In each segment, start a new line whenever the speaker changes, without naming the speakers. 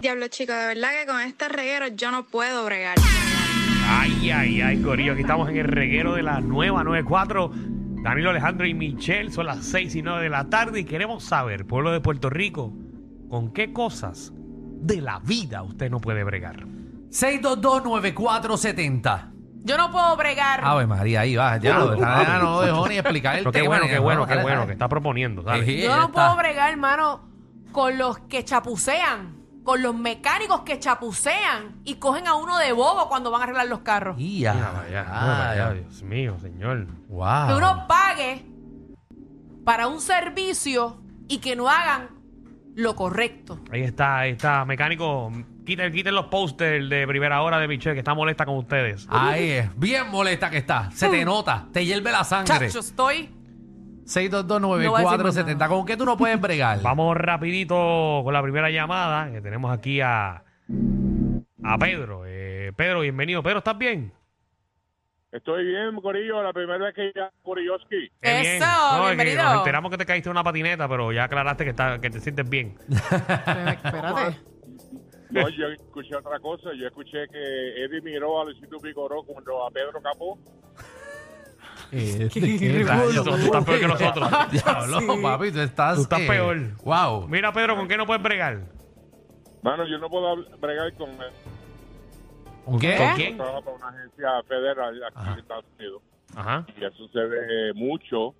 Diablo, chico, de verdad que con este reguero yo no puedo bregar.
Ay, ay, ay, Corillo, aquí estamos en el reguero de la nueva 94. Danilo Alejandro y Michelle son las 6 y 9 de la tarde y queremos saber, pueblo de Puerto Rico, con qué cosas de la vida usted no puede bregar.
6229470.
Yo no puedo bregar.
Ave María, ahí va. Ya lo esta nena no dejó ni explicar el
Uh, Pero qué
tema,
bueno,
ni-
qué bueno,
dale,
qué
dale.
bueno, que está proponiendo, ¿sabes?
Sí,
yo
ya
no
está.
puedo bregar, hermano, con los que chapucean, con los mecánicos que chapucean y cogen a uno de bobo cuando van a arreglar los carros.
Y
Mira
ya,
para allá, mira para allá,
Ah, ya,
Dios mío, señor.
Wow.
Que uno pague para un servicio y que no hagan lo correcto.
Ahí está, ahí está, mecánico. Quiten, quiten los posters de primera hora de Michelle, que está molesta con ustedes.
Ahí es, bien molesta que está. Se te nota, te hierve la sangre.
Mm. Chacho, estoy. No voy a decir más
6229470.
nada.
¿Con qué tú no puedes bregar?
Vamos rapidito con la primera llamada, que tenemos aquí a, a Pedro. Eh, Pedro, bienvenido. Pedro, ¿estás bien?
Estoy bien, Corillo. La primera vez que ya Corilloski.
Qué bien.
Eso,
es que
bienvenido.
Nos enteramos que te caíste en una patineta, pero ya aclaraste que, está, que te sientes bien.
Espérate.
No, yo escuché otra cosa. Yo escuché que Eddie miró a Luisito Vigoró cuando a Pedro Capó.
Eh,
Qué
¿qué
ridículo.
rayos?
Tú estás peor que nosotros.
Diablo, papi, tú estás. eh,
Tú estás peor.
Wow.
Mira, Pedro, ¿con qué no puedes bregar?
Mano, yo no puedo habl- bregar con él.
¿Con
¿Eh?
¿Qué?
quién?
Trabajo para una agencia federal aquí en Estados Unidos.
Ajá.
Y eso se ve mucho.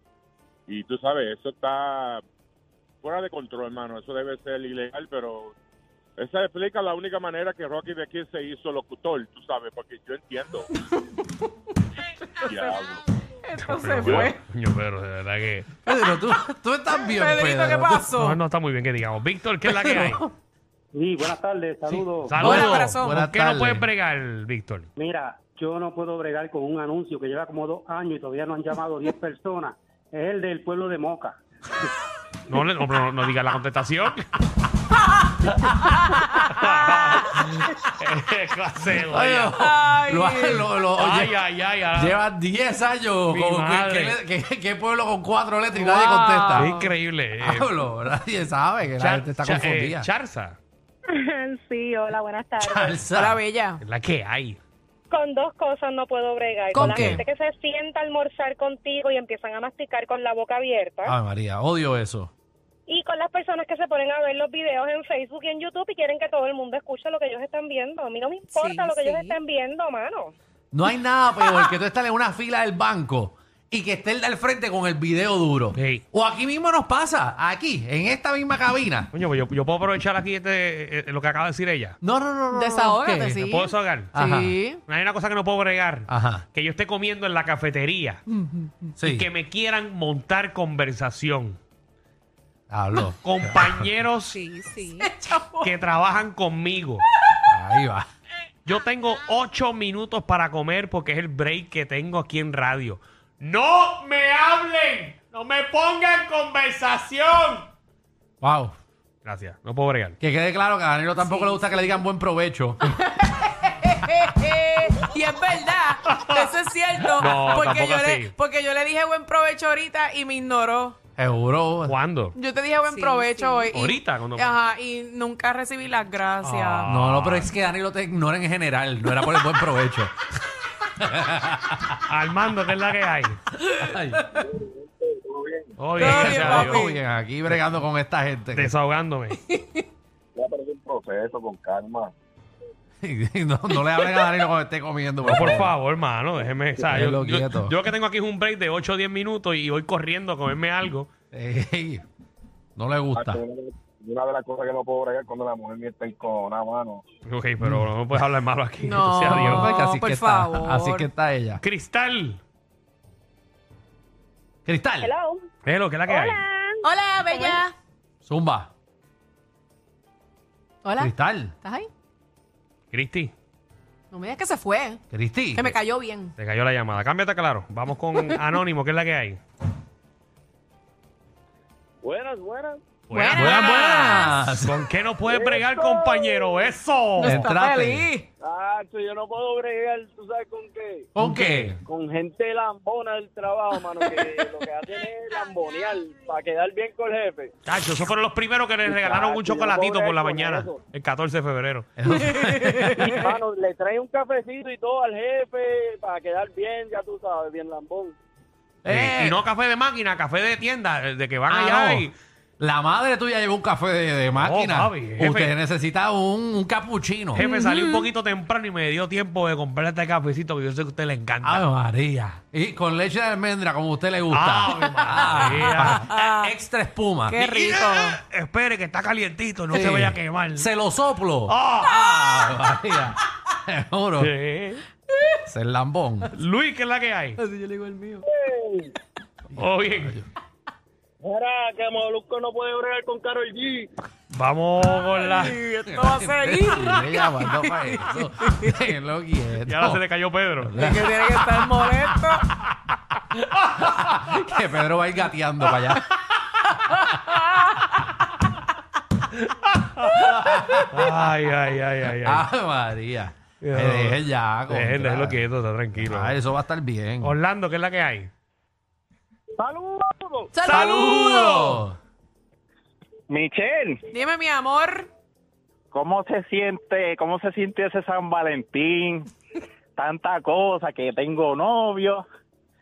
Y tú sabes, eso está fuera de control, hermano. Eso debe ser ilegal, pero esa explica la única manera que Rocky de aquí se hizo locutor, tú sabes, porque yo entiendo. Diablo.
Esto
Pero,
se fue.
Coño, Pedro, de verdad que.
Pedro, tú, tú estás bien,
Pedrito,
Pedro.
¿qué
Tú-
pasó?
No, no está muy bien que digamos. Víctor, ¿qué es la que hay?
Sí, buenas tardes, saludos.
Saludos.
Hola, corazón.
¿Con
Buenas
qué no
tardes.
puedes bregar, Víctor?
Mira, yo no puedo bregar con un anuncio que lleva como dos años y todavía no han llamado 10 personas. Es el del pueblo de Moca.
No, le- no, no, no digas la contestación. Qué clase de
Oye,
olla.
Ay,
lo- lo- lo-
Ay,
oye,
ay, ay. ahora-
Llevas 10 años.
Mi
con-
madre.
¿qué, qué- qué pueblo con cuatro letras y
Wow.
nadie contesta?
Es increíble. eh,
Pablo, nadie sabe que Ah, la
Char-
gente está
Cha- eh,
confundida.
Charza,
Sí, hola, buenas tardes.
Charza.
Hola, bella.
la que hay.
Con dos cosas no puedo bregar.
¿Con
la
qué?
gente que se sienta a almorzar contigo y empiezan a masticar con la boca abierta.
Ah.
Ay, María, odio eso.
Y con las personas que se ponen a ver los videos en Facebook y en YouTube y quieren que todo el mundo escuche lo que ellos están viendo. A mí no me importa
Sí,
lo que
sí.
ellos estén viendo, mano.
No hay nada peor que tú estar en una fila del banco y que esté el del frente con el video duro.
Sí.
O aquí mismo nos pasa, aquí, en esta misma cabina.
Coño, pues yo, yo puedo aprovechar aquí este, eh, eh, lo que acaba de decir ella.
No, no, no, no. no,
Desahógate,
¿qué?
sí.
¿Puedo desahogar?
Ajá.
Sí.
Hay una cosa que no puedo bregar.
Ajá.
Que yo esté comiendo en la cafetería.
Ah. Sí.
Que me quieran montar conversación.
Habló.
Compañeros
Sí, sí.
que trabajan conmigo.
Ahí va.
Yo tengo ocho minutos para comer porque es el break que tengo aquí en radio. ¡No me hablen! ¡No me pongan conversación!
Wow.
Gracias, no puedo bregar.
Que quede claro que a Danilo tampoco le gusta que le digan buen provecho.
y es verdad, eso es cierto.
No,
porque,
tampoco
yo
así.
le, porque yo le dije buen provecho ahorita y me ignoró.
Seguro.
¿Cuándo?
Yo te dije buen provecho hoy. y-
Ahorita, cuando-
Ajá, y nunca recibí las gracias.
Ah.
No, no, pero es que Danilo te ignora en general. No era por el buen provecho.
Armando, ¿qué es la que hay?
Ay,
Todo
bien,
gracias a
papi.
Dios.
muy bien, aquí bregando con esta gente.
Desahogándome.
Ya parece un proceso con calma.
no, no le hablen a Danilo cuando esté comiendo.
No, por favor, hermano, déjeme. o sea, yo,
Déjelo
yo-
quieto.
yo que tengo aquí es un break de 8 o 10 minutos y voy corriendo a comerme algo.
Ey, no le gusta.
Una de las cosas que no puedo bregar cuando la mujer miente con una mano.
Ok, pero no me puedes hablar malo aquí.
No.
sea Dios.
Porque así
por
que está-
favor.
así que está ella.
Cristal.
Cristal,
Hello.
Hello, ¿qué es la que hay?
Hola.
Hola, bella.
zumba.
Hola.
Cristal,
¿Estás ahí?
Cristi,
No me digas que se fue. ¿eh?
Cristi.
Que me cayó bien.
te cayó la llamada. Cámbiate, claro. Vamos con Anónimo, ¿qué es la que hay?
Buenas, buenas.
Buenas.
Buenas, buenas.
¿Con qué no puedes bregar, compañero? ¡Eso!
Entrate.
feliz.
Ah,
Tacho, yo no puedo bregar, ¿tú sabes con qué?
¿Con qué?
Con gente lambona del trabajo, mano, que lo que hacen es lambonear para quedar bien con el jefe.
Tacho, esos fueron los primeros que les regalaron un
Tacho, yo
chocolatito
pobre
por la
con
mañana,
eso.
el 14 de febrero.
Mano, le trae un cafecito y todo al jefe para quedar bien, ya tú sabes, bien lambón.
Eh.
Y no café de máquina, café de tienda, eh, de que van
Ah,
allá
no.
y...
La madre tuya llevó un café de, de máquina.
papi, jefe.
Usted necesita un, un capuchino.
Jefe, salí un poquito temprano y me dio tiempo de comprar este cafecito que yo sé que a usted le
Ah,
encanta.
Ave María. Y con leche de almendra, como a usted le gusta.
Ave María.
Ah, extra espuma.
Qué rico.
Eh, Espere, que está calientito, no
Sí.
se vaya a quemar.
Se lo soplo.
Ah.
Ave María. Seguro.
Sí.
Es el lambón.
Luis, ¿qué es la que hay?
Así yo le digo el mío.
Oye,
Mira, que Molusco no puede bregar con Carol G.
vamos con la...
Esto va a seguir.
Ella mandó para eso. Déjenlo quieto.
Y ahora se le cayó Pedro.
Es que tiene que estar molesto.
Que Pedro va a ir gateando para allá.
Ay, ay, ay, ay,
Ah,
ay.
Ave María. Eh,
No.
Dejen ya.
Dejen,
contra.
déjelo quieto, está tranquilo.
Ah, eso va a estar bien.
Orlando, ¿qué es la que hay?
¡Saludos!
¡Saludos!
Michelle,
Dime, mi amor.
¿cómo se siente, cómo se siente ese San Valentín? Tanta cosa que tengo novio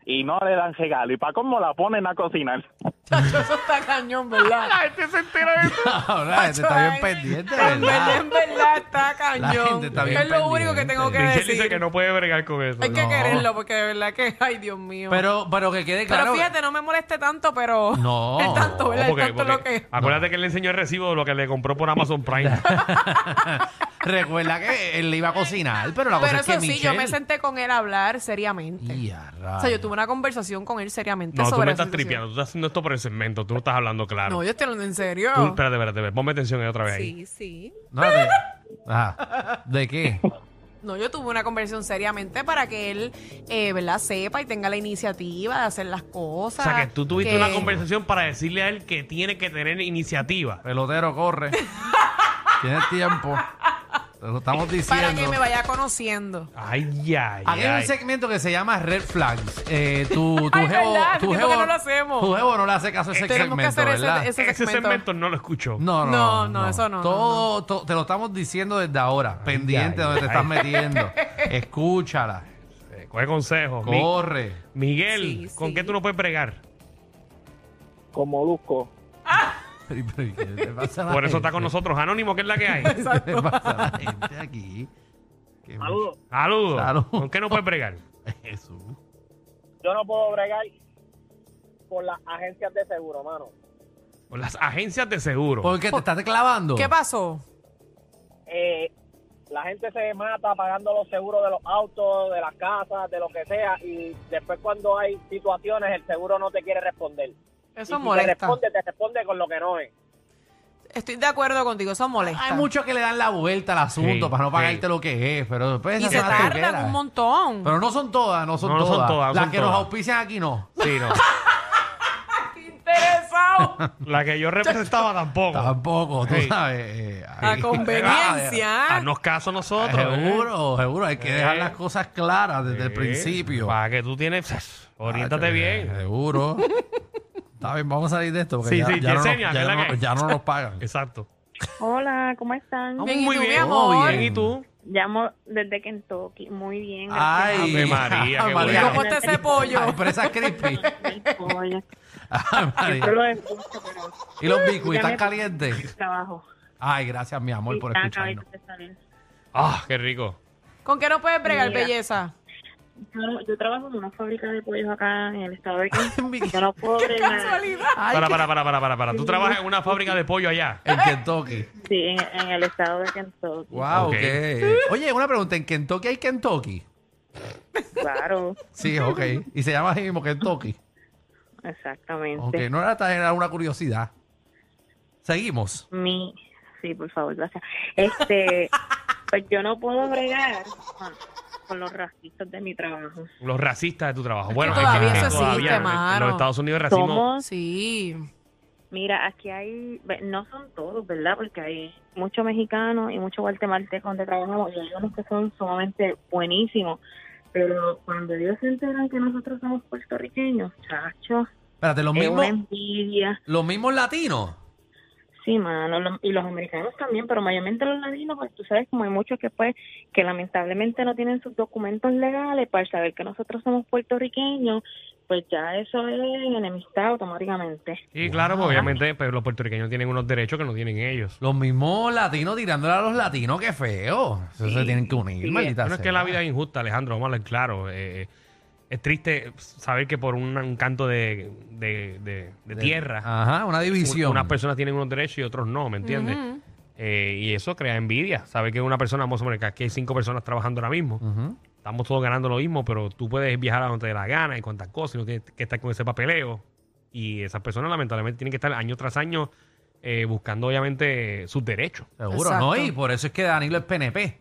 y no le dan regalo. ¿Y para cómo la ponen a cocinar?
Chacho, eso está cañón, ¿verdad? eh.
La gente Ah, este se entera de
Ahora, la gente Ah, está bien pendiente,
En verdad,
¿verdad?
en verdad está cañón.
La gente está bien
es lo único que
pendiente.
tengo que
Michelle dice
decir.
que no puede bregar con eso.
Hay que
No.
quererlo porque de verdad que, ay, Dios mío.
Pero, pero que quede
Pero
claro.
fíjate, no me moleste tanto, pero.
No.
Es tanto, ¿verdad?
porque-
es tanto lo
porque
que.
Acuérdate que él le enseñó el recibo de lo que le compró por Amazon Prime.
Recuerda que él le iba a cocinar, pero la
Pero
cosa
eso
es que
sí,
Michelle...
yo me senté con él a hablar seriamente.
Y a
O sea, yo
rayos.
tuve una conversación con él seriamente
No,
sobre
tú me
esa
estás
situación.
tripeando. Tú estás haciendo esto por el segmento. Tú no estás hablando claro.
No, yo estoy hablando en serio.
Tú, espérate, espérate, espérate. Ponme atención ahí otra vez. ahí.
sí, sí.
No, de... Ajá. ¿De qué?
No, yo tuve una conversación seriamente para que él, eh, ¿verdad?, sepa y tenga la iniciativa de hacer las
O
cosas.
sea, que tú tuviste
que-
una conversación para decirle a él que tiene que tener iniciativa.
Pelotero, corre. Tienes tiempo. Te lo estamos diciendo.
Para que me vaya conociendo.
Ay, ya,
Aquí hay
ya.
un segmento que se llama Red Flags. Eh, tu, tu
Ay,
jevo,
¿verdad?
tu
Hace tiempo
jevo,
que no lo hacemos.
Tu jevo no le hace caso a ese
Tenemos que
segmento,
hacer ese-
¿verdad?
ese
Ese
segmento.
segmento no lo escucho.
No, no,
No, no, eso no,
Todo, to- te lo estamos diciendo desde ahora, pendiente de
ay,
donde te
ay.
estás metiendo. Escúchala,
Eh, Coge consejos. Mi-
corre.
Miguel,
Sí,
¿con
sí.
qué tú no puedes bregar?
Con Molusco.
Pero, pero, ¿qué le pasa a la
Por eso está con
gente?
nosotros. Anónimo, ¿qué es la que hay?
¿Qué le pasa a la gente aquí? Qué
Saludos.
Saludos.
¿Con qué no puedes bregar?
Jesús.
Yo no puedo bregar por las agencias de seguro, mano.
Con las agencias de seguro.
¿Por qué te estás clavando?
¿Qué pasó?
Eh, la gente se mata pagando los seguros de los autos, de las casas, de lo que sea, y después cuando hay situaciones el seguro no te quiere responder.
Eso
y si te
molesta.
responde, te responde con lo que no es.
Estoy de acuerdo contigo, eso molesta.
Hay muchos que le dan la vuelta al asunto
Sí,
para no
sí.
pagarte lo que es, pero después
Y
esas
se
son las
tardan
loqueras.
un montón.
Pero no son todas, no son
No, no
todas.
son todas, no
Las
son
que nos
todas.
auspician aquí no.
Sí, no.
¡Qué interesado!
La que yo representaba tampoco.
Tampoco, tú
Sí.
sabes. eh,
A
ahí- eh. Ah,
conveniencia. ah,
Haznos caso nosotros.
Seguro, seguro. Hay que
Eh.
dejar las cosas claras desde el principio.
Para que tú tienes. Oriéntate
Ah,
bien.
Seguro. Está bien, vamos a salir de esto porque
Sí,
ya,
sí,
ya no nos,
Yesenia,
ya
¿qué es la
no-
que hay?
ya no nos pagan.
Exacto.
Hola, ¿cómo están?
Bien, ¿y tú, mi
Todo
amor?
Bien, ¿y tú?
Llamo desde Kentucky. Muy bien.
Ave María, qué
¿Y
bueno.
cómo está ese pollo?
Ay, pero esa es crispy.
Oye,
Ay, María.
solo escucho, pero
Y los bicos
Ya
están
me-
calientes.
trabajo.
Ay, gracias, mi amor, por
Ya acabé
escucharnos.
de salir.
Ah, qué rico.
¿Con qué no puedes bregar,
Mira.
belleza?
Yo, yo trabajo en una fábrica de pollos acá en el estado de
En
Kentucky.
Vicky-
Yo no puedo bregar.
Casualidad.
Ay,
Para, para, para, para, para, para. Tú trabajas en una fábrica de pollo allá.
En Kentucky.
Sí, en, en el estado de Kentucky.
Wow,
Ok.
qué- Oye, una pregunta. ¿En Kentucky hay Kentucky?
Claro,
Sí, ok. Y se llama así mismo Kentucky.
exactamente.
Ok, no era, tan- era una curiosidad. Seguimos.
Mi, sí, por favor, gracias. Este, pues yo no puedo bregar con, con los racistas de mi trabajo.
Los racistas de tu trabajo.
que
Bueno,
todavía
es que
eso
todavía
existe,
en- en
mano.
los Estados Unidos el racismo.
Somos
Sí.
Mira, aquí hay, ve- no son todos, ¿verdad? Porque hay muchos mexicanos y muchos guatemaltecos donde trabajamos y hay unos que son sumamente buenísimos. Pero cuando ellos se enteran que nosotros somos puertorriqueños, chacho,
Espérate, los
es una em-
mismos,
envidia.
los mismos latinos.
Sí, mano, lo- y los americanos también, pero mayormente los latinos, pues tú sabes como hay muchos que pues, que lamentablemente no tienen sus documentos legales para saber que nosotros somos puertorriqueños, pues ya eso es enemistad automáticamente.
Y claro, pues, obviamente pues, los puertorriqueños tienen unos derechos que no tienen ellos.
Los mismos latinos tirándole a los latinos, qué feo. Eso se tienen que unir, maldita
Bueno, es
sea.
que la vida es injusta, Alejandro, vamos a hablar claro. eh, es triste saber que por un, un canto de, de- de- de tierra,
Ajá, una
un-
división.
unas personas tienen unos derechos y otros no, ¿me entiendes? Eh, y eso crea envidia. Saber que una persona, vamos a poner que aquí hay cinco personas trabajando ahora mismo.
Ujú.
Estamos todos ganando lo mismo, pero tú puedes viajar a donde te dé la gana y cuantas cosas, y no tienes que estar con ese papeleo. Y esas personas lamentablemente tienen que estar año tras año eh, buscando obviamente sus derechos.
Seguro,
Exacto.
¿no? Y por eso es que Danilo es PNP.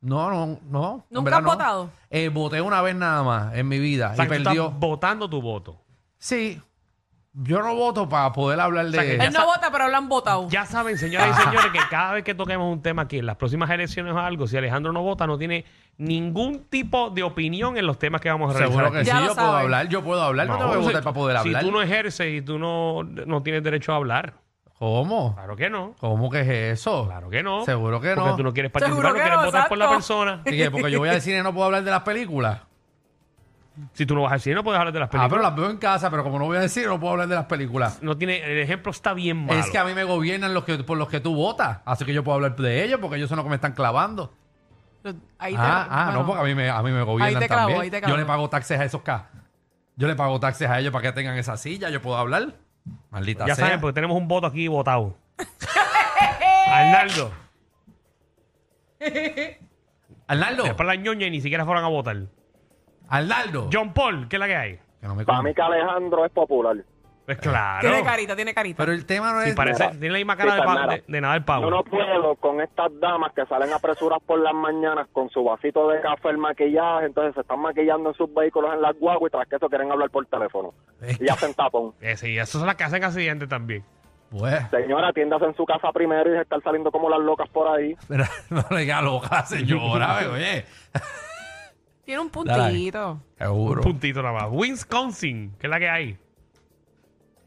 no, no, no. En
¿Nunca
verdad
has
no.
votado?
Eh, voté una vez nada más en mi vida
O sea,
y
que tú
perdió.
estás votando tu voto.
Sí, yo no voto para poder hablar de.
sea, que ya-
Él no vota, pero lo han votado.
Ya saben, señoras y señores, que cada vez que toquemos un tema aquí en las próximas elecciones o algo, si Alejandro no vota, no tiene ningún tipo de opinión en los temas que vamos a realizar.
Seguro que
aquí.
sí,
Ya lo
yo puedo
saben.
hablar, yo puedo hablar, no, tengo que
si-
votar para poder hablar.
Si tú no ejerces y tú no, no tienes derecho a hablar,
¿Cómo?
claro que no.
¿Cómo que es eso?
Claro que no.
Seguro que
Porque
no.
tú no quieres participar,
Seguro
no
que
quieres
no,
votar por la
exacto.
persona.
¿Y qué? Porque yo voy al cine y no puedo hablar de las películas.
Ah, Si tú no vas al cine, no puedes hablar de las
Ah,
películas.
pero las veo en casa, pero como no voy al cine, no puedo hablar de las películas.
no tiene, el ejemplo está bien malo.
Es que a mí me gobiernan los que, por los que tú votas. Así que yo puedo hablar de ellos porque ellos son los que me están clavando.
Ahí te-
ah, ah,
bueno.
no, porque a mí me, a mí me gobiernan
Ahí te clavó,
también.
ahí te clavó.
Yo le pago taxes a esos K. Yo le pago taxes a ellos para que tengan esa silla. Yo puedo hablar. Maldita
ya
sea.
saben, pues, porque tenemos un voto aquí votado. Arnaldo,
Arnaldo.
después la ñoña y ni siquiera fueron a votar.
Arnaldo.
John Paul, ¿qué es la que hay?
Que no me
Para mí que Alejandro es popular.
Eh,
Pues claro.
Tiene carita, tiene carita.
Pero el tema no
Sí,
es.
parece,
Mira,
tiene la misma cara
sí,
de, pa-
Palmera.
de, de nada del pavo.
Yo no puedo con estas damas que salen apresuras por las mañanas con su vasito de café, el maquillaje, entonces se están maquillando en sus vehículos en las guaguas y tras que eso quieren hablar por teléfono.
Es
Y hacen tapón.
Eh, sí, esas son las que hacen accidentes también.
Pues,
Señora, atiéndase en su casa primero y se están saliendo como las locas por ahí.
pero no le diga loca a la señora, oye.
Tiene un
Dale ahí.
puntito.
Seguro.
Puntito nada más. Wisconsin, ¿qué es la que hay?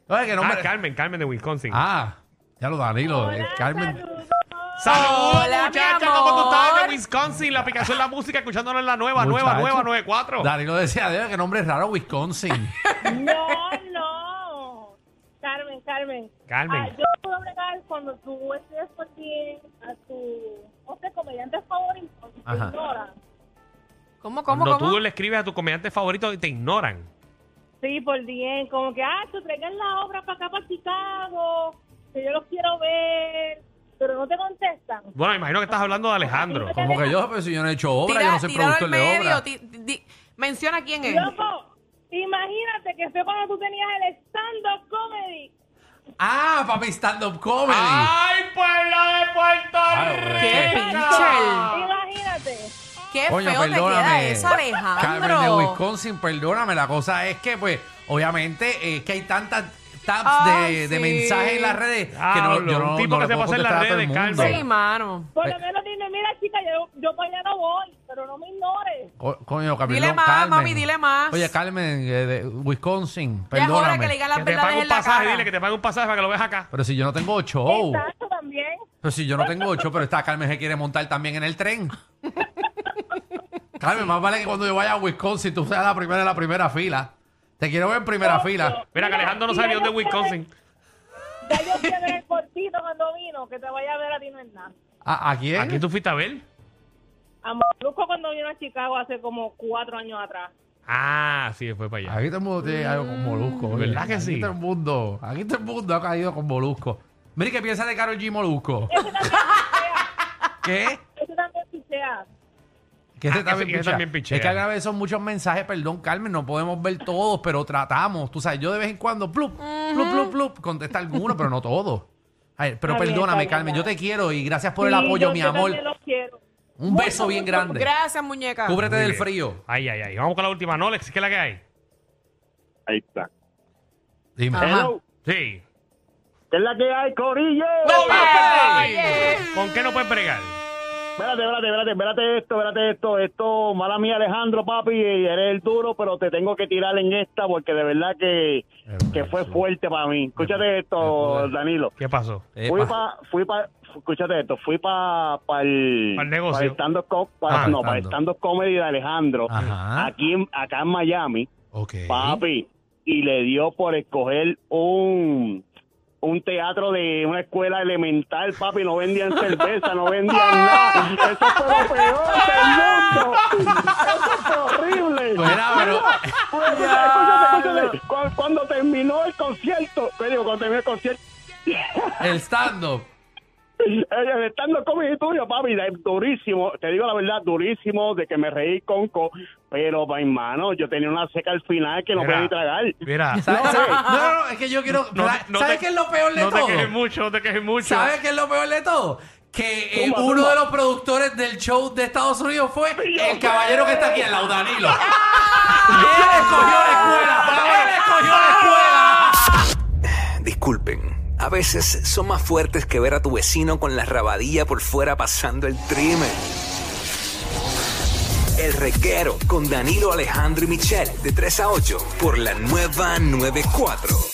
Oye, que no
ah,
me-
Carmen, Carmen de Wisconsin.
Ah, ya lo Danilo, eh, Carmen.
Saludos,
Hola, mi
muchachos,
amor.
¿cómo tú estás? De Wisconsin, la aplicación La Música, escuchándonos en la nueva, nueva,
Muchacho.
nueva, 94.
Danilo decía, "Dios, qué nombre raro, Wisconsin.
No, no. Carmen, Carmen.
Carmen.
Ah, yo puedo bregar cuando tú estés por ti a tu, no sé, comediante favorito, y te
Ajá.
ignoran.
¿Cómo, cómo,
Cuando
cómo?
tú le escribes a tu comediante favorito y te ignoran.
Sí, por bien. Como que, ah, tú traigan la obra para acá, para Chicago, que yo los quiero ver, pero no te contestan.
Bueno, me imagino que estás hablando de Alejandro.
Como que yo, pero si yo no he hecho obra, yo
Tira,
no soy
tíralo
productor
al
de
medio.
obra.
ti- di- menciona quién es.
Loco, imagínate que fue cuando tú tenías el stand-up comedy.
Ah, para mi stand-up comedy.
Ah,
¡Ay, pueblo de
Ah,
Puerto Rico!
¡Qué
Rico.
pinche!
Imagínate.
¡Qué
Coño,
feo te queda
perdóname.
esa, Alejandro!
Carmen de Wisconsin, perdóname. La cosa es que, pues, obviamente, es que hay tantas tabs
Ay,
de, de
Ah, sí.
mensajes en las redes que
Diablo,
no, yo no,
un tipo que
no le
se
puedo
pasa en las
contestar a todo el
redes,
mundo.
Carmen.
Sí, mano.
Por
Eh.
lo menos dime, mira, chica, yo, yo para allá no voy, pero no me ignores.
Co- Coño, Carmen,
Dile
no,
más,
Carmen.
mami, dile más.
Oye, Carmen, eh, de Wisconsin,
Ya es hora que
perdóname.
le diga las
Que te pague
verdades en
un
la
pasaje,
cara.
dile que te pague un pasaje para que lo veas acá.
Pero si yo no tengo show.
Exacto, también.
Pero si yo no tengo ocho, pero esta Carmen se quiere montar también en el tren. Carmen, más vale que cuando yo vaya a Wisconsin tú seas la primera en la primera fila. Te quiero ver en primera fila.
Mira, que Alejandro no sabe ni dónde es Wisconsin.
Ya yo fui a ver el cortito cuando vino, que te vaya a ver a ti no es nada.
¿A, a quién?
¿A quién tú fuiste a ver?
A Molusco cuando vino a Chicago hace como cuatro años atrás.
Ah, sí, fue para allá.
Aquí todo el mundo tiene algo con molusco. oye.
¿Verdad que sí?
Aquí todo el mundo, aquí todo el mundo ha caído con molusco. Mira, ¿qué piensa de Carol G. Molusco? ¿Qué?
Eso también pichea.
Que
Ah,
ese
que
también,
ese- que ese
pichea.
también pichea.
Es que a veces son muchos mensajes, perdón, Carmen, no podemos ver todos, pero tratamos. Tú sabes, yo de vez en cuando, plup, plup, plup, plup, contesta alguno, pero no todos. Ay, pero
Está bien,
perdóname,
está
Carmen,
bien,
yo te quiero y gracias por el
Sí,
apoyo,
yo-
mi
yo
amor.
también lo quiero.
Un beso bien grande.
pues, Gracias, muñeca.
Cúbrete
Muy
del
bien.
frío.
Ay, ay, ay. Vamos con la última. Nolex, ¿qué es la que hay?
Ahí está.
Dime.
Ajá.
Hello,
Sí.
¿Qué es la que hay, Corillo?
¿Con qué no puedes bregar?
Espérate, espérate, espérate, espérate esto, espérate esto, esto, mala mía Alejandro, papi, eh, eres el duro, pero te tengo que tirar en esta porque de verdad que, que fue fuerte para mí. Escúchate esto, Oh, Danilo.
¿Qué pasó?
Epa.
Fui para, fui pa, escúchate esto, fui para pa el,
Pa'l negocio.
pa el stand-up co- pa-
Ah,
no, para el
stand-up.
stand-up comedy de Alejandro,
Ajá.
aquí en- acá en Miami,
Ok.
papi, y le dio por escoger un un teatro de una escuela elemental, papi, no vendían cerveza, no vendían nada. Eso fue lo peor del mundo. Eso fue horrible.
Mira, Pues pero-
Escúchate, escúchate, escúchate. Cu- Cuando, terminó el concierto, te digo, cuando terminó el concierto,
El stand-up.
eh, estando comedy tuyo, papi, de- durísimo, te digo la verdad, durísimo, de que me reí con co, pero, mi hermano, yo tenía una seca al final que no
Mira.
podía ni tragar.
Mira.
¿Sabes? ¿Sabes? No, no, no, es que yo quiero.
No te- no
¿Sabes
te-
qué es lo peor de
no
todo?
te quejes mucho, no te quejes mucho.
¿Sabes qué es lo peor de todo? Que eh,
Zumba,
uno
zumba.
de los productores del show de Estados Unidos fue el caballero que está aquí, el Laudanilo. él escogió la escuela. Él escogió la escuela.
Disculpen, a veces son más fuertes que ver a tu vecino con la rabadilla por fuera pasando el trimen. El reguero con Danilo Alejandro y Michel de 3 a 8 por la nueva 94.